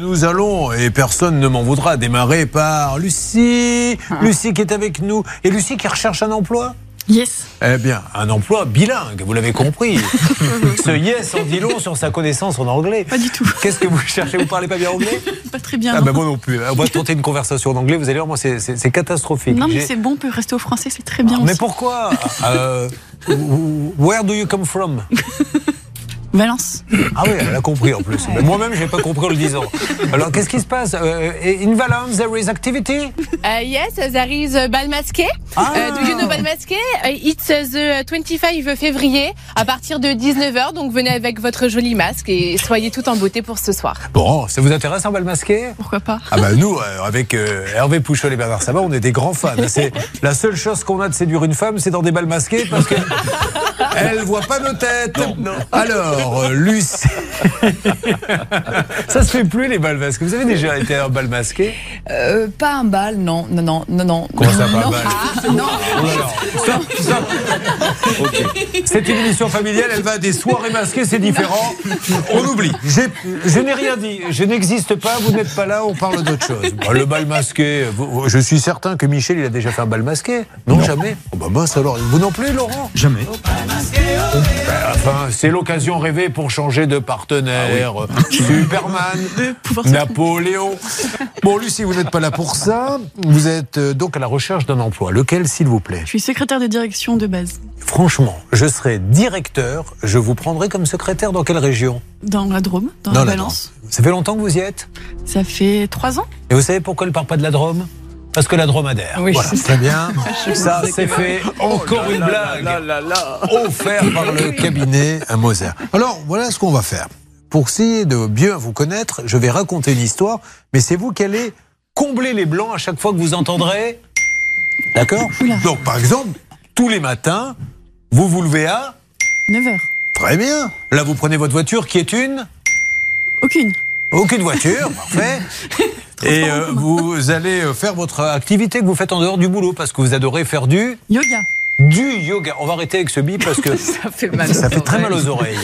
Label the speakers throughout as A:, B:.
A: nous allons, et personne ne m'en voudra, démarrer par Lucie.
B: Ah.
A: Lucie qui est avec nous. Et Lucie qui recherche un emploi
B: Yes.
A: Eh bien, un emploi bilingue, vous l'avez compris. Ce yes en dit long sur sa connaissance en anglais.
B: Pas du tout.
A: Qu'est-ce que vous cherchez Vous parlez pas bien anglais
B: Pas très bien.
A: Ah
B: non.
A: ben moi non plus. On va tenter une conversation en anglais, vous allez voir, moi c'est- c'est c'est catastrophique.
B: non, mais
A: J'ai-
B: c'est bon, on peut rester au français, c'est très bien.
A: Mais
B: aussi.
A: pourquoi Euh, Where do you come from
B: Valence.
A: Ah oui, elle a compris en plus. Mais Moi-même, je n'ai pas compris en le disant. Alors, qu'est-ce qui se passe Euh, In Valence, there is activity
C: Uh, yes, there is uh, bal masqué.
B: Euh,
A: Ah.
C: Uh, do you know bal masqué? Uh, it's uh, the 25 février à partir de 19h. Donc venez avec votre joli masque et soyez tout en beauté pour ce soir.
A: Bon, ça vous intéresse un bal masqué
B: Pourquoi pas
A: ah bah nous, euh, avec euh, Hervé Pouchol et Bernard Sabat, on est des grands fans. C'est la seule chose qu'on a de séduire une femme, c'est dans des balles masquées parce que elle voit pas nos têtes. Alors, euh, Lucie, ça se fait plus les balles masquées. Vous avez déjà été à un bal masqué
D: Euh, pas un bal, non, non, non, non, non.
A: Comment ça, pas un
D: Non.
A: bal
D: Ah, non.
A: Oh là là. Stop, stop. C'est une émission familiale, elle va à des soirées masquées, c'est différent. On oublie. J'ai- Je n'ai rien dit, je n'existe pas, vous n'êtes pas là, on parle d'autre chose. Bah, le bal masqué, vous- vous- je suis certain que Michel, il a déjà fait un bal masqué. Non, jamais. Oh, bah mince alors, vous non plus, Laurent Oh,
E: Jamais.
A: Bah, Enfin, c'est l'occasion rêvée pour changer de partenaire. Superman, Napoléon. Bon, Lucie, vous n'êtes pas là pour ça. Vous êtes euh, donc à la recherche d'un emploi. Lequel, s'il vous plaît
B: Je suis secrétaire de direction de base
A: Franchement, je serais directeur, je vous prendrais comme secrétaire dans quelle région
B: dans la Drôme, dans,
A: Dans
B: la
A: la
B: Valence.
A: Ça fait longtemps que vous y êtes
B: Ça fait trois ans.
A: Et vous savez pourquoi elle ne part pas de la Drôme Parce que la dromadaire.
D: Oui,
A: voilà,
D: je sais.
A: très bien. Ça, c'est fait. Oh, Encore une blague offert par le cabinet à Moser. Alors, voilà ce qu'on va faire. Pour essayer de bien vous connaître, je vais raconter une histoire, mais c'est vous qui allez combler les blancs à chaque fois que vous entendrez. D'accord
B: Oula.
A: Donc, par exemple, tous les matins, vous vous levez à
B: 9 heures.
A: Très bien. Là, vous prenez votre voiture qui est une
B: Aucune.
A: Aucune voiture, parfait. Et euh, vous allez euh, faire votre activité que vous faites en dehors du boulot parce que vous adorez faire du
B: Yoga.
A: du yoga. On va arrêter avec ce bip parce que
D: ça fait mal.
A: ça fait
D: aux
A: très mal
D: oreilles.
A: aux oreilles.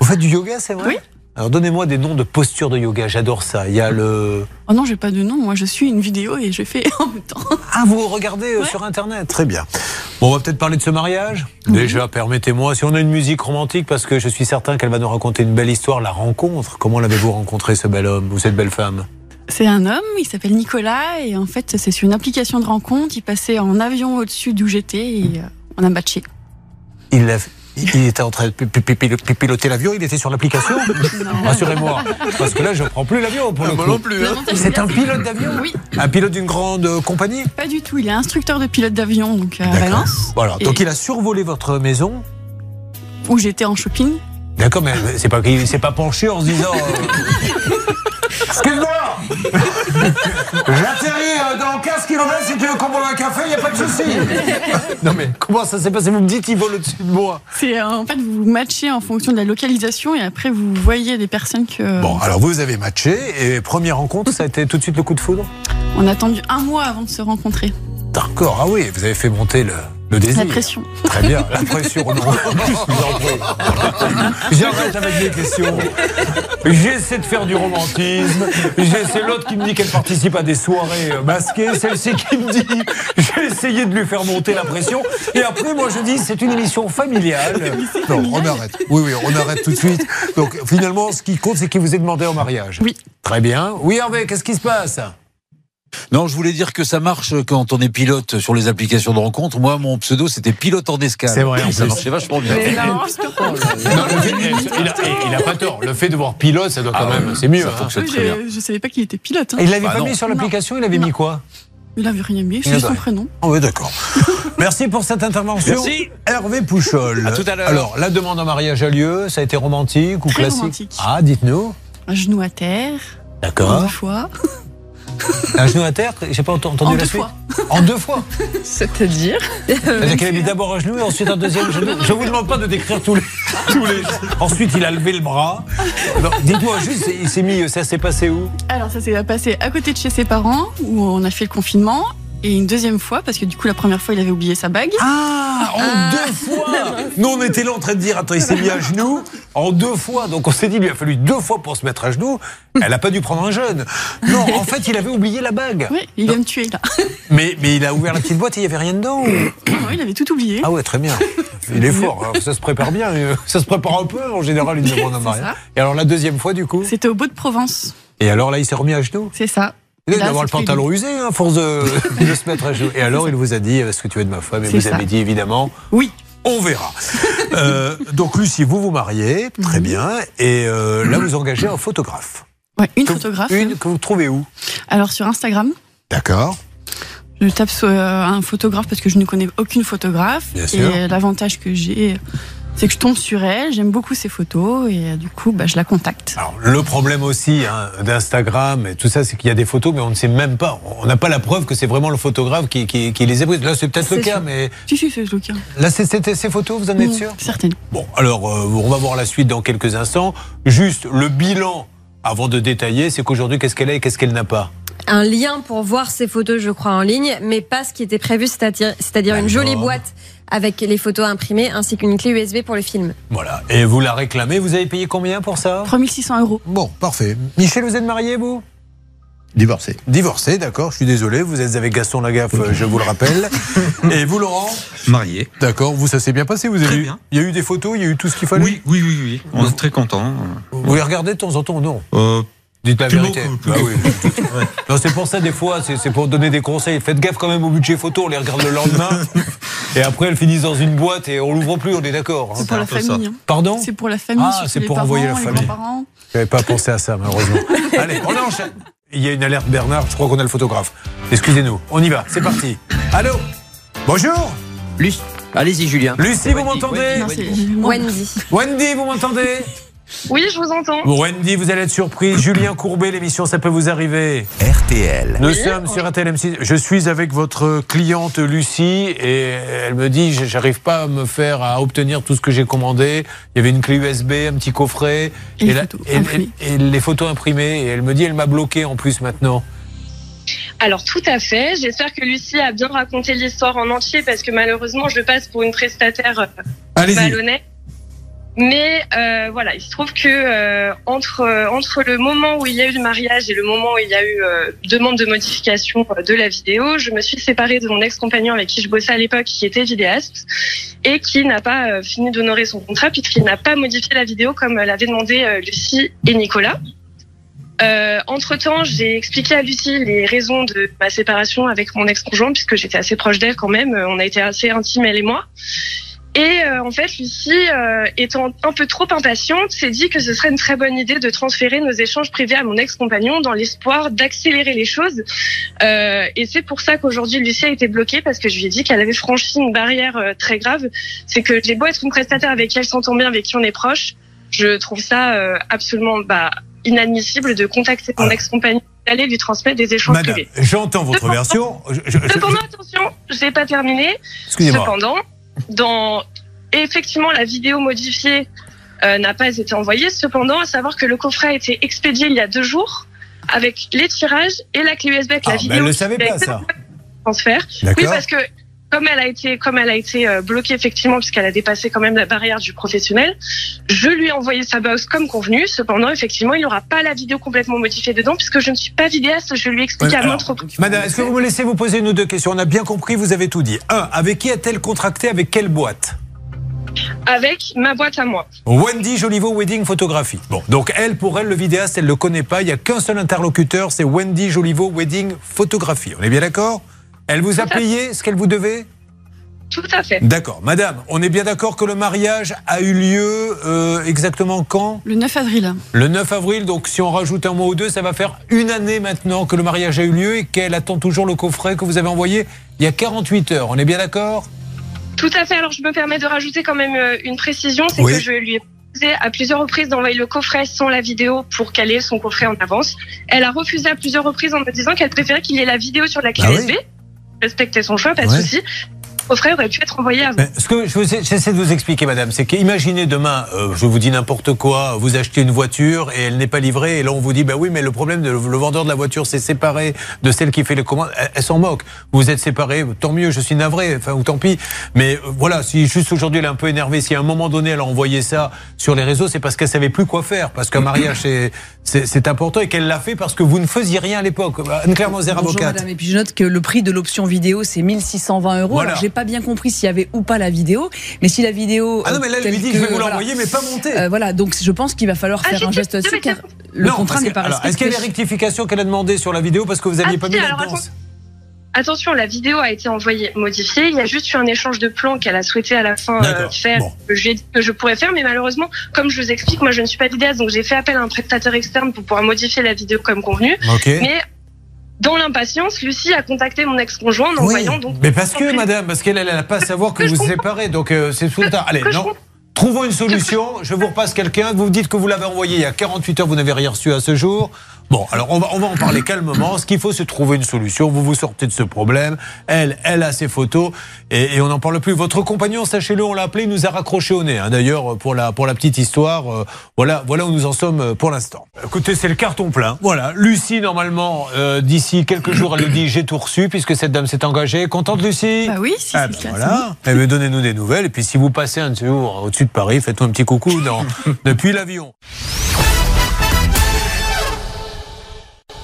A: Vous faites du yoga, c'est vrai
B: Oui.
A: Alors donnez-moi des noms de postures de yoga, j'adore ça. Il y a le
B: Oh non, j'ai pas de nom. Moi, je suis une vidéo et je fais en même temps.
A: Ah, vous regardez euh, sur internet. Très bien. Bon, on va peut-être parler de ce mariage. Déjà, permettez-moi si on a une musique romantique parce que je suis certain qu'elle va nous raconter une belle histoire, la rencontre. Comment l'avez-vous rencontré ce bel homme ou cette belle femme
B: C'est un homme, il s'appelle Nicolas et en fait, c'est sur une application de rencontre. Il passait en avion au-dessus d'où j'étais et euh, on a matché.
A: Il, l'a- il était en train de pi- pi- pi- pi- piloter l'avion, il était sur l'application Rassurez-moi, parce que là, je prends Ah, plus l'avion pour le coup.
E: plus.
A: C'est un pilote d'avion
B: Oui,
A: Un pilote d'une grande euh, compagnie
B: pas du tout. Il est instructeur de pilote d'avion donc à
A: D'accord.
B: Valence
A: Voilà, donc
B: Et-
A: il a survolé votre maison.
B: où j'étais en shopping.
A: D'accord, mais euh, c'est pas qu'il s'est pas penché en se disant... euh, Excuse-moi J'atterris euh, dans 15 km si tu veux qu'on boive un café, il n'y a pas de souci Non mais comment ça s'est passé Vous me dites il vole au-dessus de moi
B: C'est euh, en fait vous vous matchez en fonction de la localisation et après vous voyez des personnes que
A: Bon, alors vous avez matché, et première rencontre, ça a été tout de suite le coup de foudre
B: on a attendu un mois avant de se rencontrer.
A: D'accord, ah oui, vous avez fait monter le, le désir.
B: La pression.
A: Très bien, la pression, non. Je vous en prie. J'arrête avec des questions. J'essaie de faire du romantisme. J'essaie l'autre qui me dit qu'elle participe à des soirées euh, masquées. Celle-ci qui me dit j'ai essayé de lui faire monter la pression. Et après, moi, je dis c'est une émission familiale. Non, on arrête. Oui, oui, on arrête tout de suite. Donc, finalement, ce qui compte, c'est qu'il vous est demandé en mariage.
B: Oui.
A: Très bien. Oui, Hervé, qu'est-ce qui se passe
E: Non, je voulais dire que ça marche quand on est pilote sur les applications de rencontre. Moi, mon pseudo, c'était pilote en escale.
A: C'est vrai, en
E: Ça
A: plus.
E: marchait vachement bien.
A: Non, le fait- il, a, il a pas tort. Le fait de voir pilote, ça doit quand même. C'est mieux.
E: Ça
A: hein.
E: fonctionne
B: Oui,
E: très bien.
B: je, je savais pas qu'il était pilote. hein.
A: Il l'avait
E: Bah
A: pas
E: non. Ah
A: mis sur l'application, il avait
B: Non.
A: mis quoi
B: Il avait rien mis,
A: Il
B: c'est
A: avait-
B: son prénom.
A: Oui, d'accord. Merci pour cette intervention.
E: Merci.
A: Hervé Pouchol.
E: À tout à l'heure.
A: Alors, la demande en mariage a lieu, ça a été romantique ou
B: Très
A: classique
B: romantique.
A: Ah, dites-nous.
B: Un genou à terre, en deux
A: D'accord.
B: fois,
A: Un genou à terre, j'ai pas ent- entendu
B: en
A: la
B: deux
A: suite.
B: fois.
A: En deux fois.
D: C'est-à-dire
A: C'est-à-dire qu'il a
B: hein.
A: mis d'abord un genou et ensuite un deuxième genou. Je vous demande pas de décrire tous les. Tous les... Ensuite, il a levé le bras. Non, Dites-moi juste, il s'est mis. Ça s'est passé où
B: Alors ça s'est passé à côté de chez ses parents où on a fait le confinement et une deuxième fois parce que du coup la première fois il avait oublié sa bague.
A: Ah, en deux fois Nous, on était là en train de dire, attends, il s'est mis à genoux en deux fois. Donc, on s'est dit, il lui a fallu deux fois pour se mettre à genoux. Elle n'a pas dû prendre un jeune. Non, en fait, il avait oublié la bague.
B: Oui, il vient me tuer là.
A: Mais, mais il a ouvert la petite boîte et il n'y avait rien dedans. ou-
B: Non, il avait tout oublié.
A: Ah ouais, très bien. Il est fort. Alors, ça se prépare bien. euh, Ça se prépare un peu, en général, il demande un mariage.
B: ça.
A: Et alors, la deuxième fois, du coup
B: C'était au bout de Provence,
A: Et alors, là, il s'est remis à genoux
B: c'est ça.
A: il
B: Là,
A: d'avoir le
B: c'est plus
A: pantalon usé, hein, à force de, de se mettre à genoux. Et alors, il vous a dit, euh, est-ce que tu es de ma femme Et
B: C'est
A: vous
B: ça.
A: avez dit, évidemment,
B: Oui,
A: on verra. Euh, donc Lucie, vous vous mariez, très bien, et euh, là vous engagez un photographe.
B: ouais, une
A: Que-
B: photographe.
A: Une que vous trouvez où
B: Alors sur Instagram,
A: D'accord.
B: je tape sur, euh, un photographe parce que je ne connais aucune photographe.
A: Bien
B: et
A: sûr.
B: l'avantage que j'ai, c'est que je tombe sur elle, j'aime beaucoup ses photos et euh, du coup bah, je la contacte.
A: Alors le problème aussi hein, d'Instagram et tout ça, c'est qu'il y a des photos, mais on ne sait même pas, on n'a pas la preuve que c'est vraiment le photographe qui, qui- qui les ébrise. Là c'est peut-être le
B: C'est
A: cas,
B: sûr.
A: mais
B: Si, si, c'est hein. Lucas.
A: là c'est- c'était ces photos, vous en êtes sûr
B: Certaine.
A: Bon, alors euh, on va voir la suite dans quelques instants. Juste le bilan avant de détailler, c'est qu'aujourd'hui qu'est-ce qu'elle a et qu'est-ce qu'elle n'a pas
F: un lien pour voir ces photos, je crois, en ligne, mais pas ce qui était prévu, c'est-à-dire c'est-à-dire une jolie
A: D'accord.
F: boîte avec les photos imprimées ainsi qu'une clé USB pour le film.
A: Voilà. Et vous la réclamez, vous avez payé combien pour ça
B: 3600 euros.
A: Bon, parfait. Michel, vous êtes marié, vous
G: Divorcé.
A: Divorcé, d'accord, je suis désolé. Vous êtes avec Gaston Lagaffe, euh, je vous le rappelle. Et vous, Laurent
H: Marié.
A: D'accord, vous, ça s'est bien passé vous avez
H: Très
A: eu-
H: bien.
A: Il y a eu des photos, il y a eu tout ce qu'il fallait
H: Oui, oui, oui, oui. On est très contents.
A: Vous les regardez de temps en temps ou non
H: Euh,
A: Dites la
H: Plus
A: vérité.
H: beaucoup, plus
A: Ah oui. Non, c'est pour ça, des fois, c'est c'est pour donner des conseils. Faites gaffe quand même au budget photo, on les regarde le lendemain. Et après, elles finissent dans une boîte et on l'ouvre plus, on est d'accord. hein.
B: C'est pour la
H: un peu ça.
B: famille. hein.
A: Pardon
B: C'est pour la famille,
A: Ah,
B: surtout
A: c'est
B: les
A: pour
B: parents,
A: envoyer la
B: les
A: famille.
B: grands-parents.
A: J'avais pas pensé à ça, malheureusement. Allez, on enchaîne. Il y a une alerte Bernard, je crois qu'on a le photographe. Excusez-nous, on y va, c'est parti. Allô Bonjour
I: Luce. Allez-y, Julien.
A: Lucie, vous
I: Wendy,
A: m'entendez
I: Wendy,
B: Non,
I: Wendy.
B: c'est- moi,
F: Wendy.
A: Wendy, vous m'entendez
J: Oui, je vous entends.
A: Bon, Wendy, vous allez être surprise. Julien Courbet, l'émission, ça peut vous arriver.
I: RTL.
A: Nous sommes sur RTLM6. Je suis avec votre cliente Lucie et elle me dit j- j'arrive pas à me faire à obtenir tout ce que j'ai commandé. Il y avait une clé USB, un petit coffret
B: Et les
A: la-
B: photos
A: et- et-
B: imprimées.
A: et les photos imprimées. Et elle me dit elle m'a bloqué en plus maintenant.
J: Alors tout à fait. J'espère que Lucie a bien raconté l'histoire en entier parce que malheureusement, je passe pour une prestataire
A: Allez-y.
J: ballonnais. Mais euh, voilà, il se trouve que euh, entre euh, entre le moment où il y a eu le mariage et le moment où il y a eu euh, demande de modification euh, de la vidéo, je me suis séparée de mon ex-compagnon avec qui je bossais à l'époque, qui était vidéaste et qui n'a pas euh, fini d'honorer son contrat puisqu'il n'a pas modifié la vidéo comme euh, l'avaient demandé euh, Lucie et Nicolas. Euh, entre temps, j'ai expliqué à Lucie les raisons de ma séparation avec mon ex-conjoint puisque j'étais assez proche d'elle quand même. Euh, On a été assez intimes elle et moi. Et euh, en fait, Lucie, euh, étant un peu trop impatiente, s'est dit que ce serait une très bonne idée de transférer nos échanges privés à mon ex-compagnon dans l'espoir d'accélérer les choses. Euh, et c'est pour ça qu'aujourd'hui, Lucie a été bloquée parce que je lui ai dit qu'elle avait franchi une barrière euh, très grave. C'est que j'ai beau être une prestataire avec qui elle s'entend bien, avec qui on est proche, je trouve ça euh, absolument bah, inadmissible de contacter mon
A: Alors.
J: ex-compagnon et d'aller lui transmettre des échanges
A: Madame,
J: privés.
A: j'entends votre version. Je- je- je-
J: Cependant, attention, j'ai pas terminé.
A: Excusez-moi.
J: Cependant, dans effectivement la vidéo modifiée euh, n'a pas été envoyée. Cependant, à savoir que le coffret a été expédié il y a deux jours avec les tirages et la clé USB avec
A: Ah,
J: la
A: mais
J: vidéo.
A: elle le
J: qui
A: savait
J: a
A: pas
J: été
A: ça.
J: transfert. Oui,
A: D'accord.
J: parce que comme elle a été comme elle a été euh, bloquée effectivement puisqu'elle a dépassé quand même la barrière du professionnel, je lui ai envoyé sa box comme convenu. Cependant, effectivement, il n'y aura pas la vidéo complètement modifiée dedans puisque je ne suis pas vidéaste. Je lui ai expliqué
A: Ouais,
J: à
A: alors,
J: maintes reprises.
A: Madame, est-ce que vous me laissez vous poser nos deux questions On a bien compris, vous avez tout dit. Un, avec qui a-t-elle contracté Avec quelle boîte
J: avec ma boîte à moi.
A: Wendy Joliveau Wedding Photographie. Bon, donc elle, pour elle, le vidéaste, elle ne le connaît pas. Il n'y a qu'un seul interlocuteur, c'est Wendy Joliveau Wedding Photographie. On est bien d'accord Elle vous a payé ce qu'elle vous devait
J: Tout à fait.
A: D'accord. Madame, on est bien d'accord que le mariage a eu lieu euh, exactement quand
B: Le 9 avril.
A: Le 9 avril. Donc si on rajoute un mois ou deux, ça va faire une année maintenant que le mariage a eu lieu et qu'elle attend toujours le coffret que vous avez envoyé il y a 48 heures. On est bien d'accord
J: Tout à fait. Alors, je me permets de rajouter quand même euh, une précision, c'est
A: Oui.
J: que je lui ai proposé à plusieurs reprises d'envoyer le coffret sans la vidéo pour qu'elle ait son coffret en avance. Elle a refusé à plusieurs reprises en me disant qu'elle préférait qu'il y ait la vidéo sur la clé
A: Bah oui.
J: USB. Respecter son choix, pas de
A: Ouais.
J: souci. coffret aurait pu être envoyé à vous.
A: Mais Ce que je vous ai- j'essaie de vous expliquer, madame, c'est qu'imaginez demain, euh, je vous dis n'importe quoi, vous achetez une voiture et elle n'est pas livrée, et là on vous dit, bah oui, mais le problème, de, le vendeur de la voiture s'est séparé de celle qui fait les commandes, elle, elle s'en moque. Vous êtes séparés, tant mieux, je suis navré, enfin, ou tant pis. Mais euh, voilà, si juste aujourd'hui elle est un peu énervée, si à un moment donné elle a envoyé ça sur les réseaux, c'est parce qu'elle savait plus quoi faire, parce qu'un mariage, c'est- c'est c'est important, et qu'elle l'a fait parce que vous ne faisiez rien à l'époque. Anne-Claire Moser,
D: Bonjour,
A: avocate.
D: madame. Et puis je note que le prix de l'option vidéo, c'est 1620 euros.
A: Voilà.
D: Alors, j'ai pas bien compris s'il y avait ou pas la vidéo, mais si la vidéo.
A: Ah non,
D: euh,
A: mais là, elle
D: telle
A: lui dit,
D: que-
A: je vais vous
D: voilà.
A: l'envoyer, mais pas monter.
D: Euh, voilà, donc je pense qu'il va falloir
J: Ah,
D: faire
J: si,
D: un
J: si,
D: geste
J: si,
D: là-dessus
J: mais
D: car
J: c'est-
D: le
A: Non,
D: contrat
A: parce
D: n'est
A: que-
D: pas
A: alors,
D: respecté.
A: Est-ce qu'il y a des rectifications qu'elle a demandées sur la vidéo parce que vous aviez
J: Ah,
A: pas
J: si,
A: mis la
J: alors,
A: danse
J: Attention, la vidéo a été envoyée modifiée. Il y a juste eu un échange de plans qu'elle a souhaité à la fin
A: D'accord,
J: euh, faire.
A: bon.
J: que J'ai dit que je pourrais faire, mais malheureusement, comme je vous explique, moi je ne suis pas vidéaste, donc j'ai fait appel à un prestataire externe pour pouvoir modifier la vidéo comme convenu.
A: Ok.
J: Mais dans l'impatience, Lucie a contacté mon ex-conjoint en
A: Oui.
J: envoyant donc.
A: Mais parce que, madame, parce qu'elle, elle n'a pas à savoir que
J: Que je
A: vous vous
J: comprends.
A: séparez, donc euh, c'est tout le temps. Allez,
J: que je
A: non.
J: comprends.
A: Trouvons une solution. Je vous repasse quelqu'un. Vous me dites que vous l'avez envoyé il y a 48 heures, vous n'avez rien reçu à ce jour. Bon, alors on va, on va en parler calmement. Ce qu'il faut, c'est trouver une solution. Vous vous sortez de ce problème. Elle, elle a ses photos et, et on n'en parle plus. Votre compagnon, sachez-le, on l'a appelé, il nous a raccroché au nez. hein. D'ailleurs, pour la, pour la petite histoire, euh, voilà, voilà où nous en sommes euh, pour l'instant. Écoutez, c'est le carton plein. Voilà, Lucie, normalement, euh, d'ici quelques jours, elle nous dit j'ai tout reçu puisque cette dame s'est engagée. Contente, Lucie
B: Bah oui, si
A: ah ben
B: c'est le cas. c'est
A: voilà. Eh ben, donnez-nous des nouvelles. Et puis si vous passez un de ces jours au-dessus de Paris, faites-nous un petit coucou dans- depuis l'avion.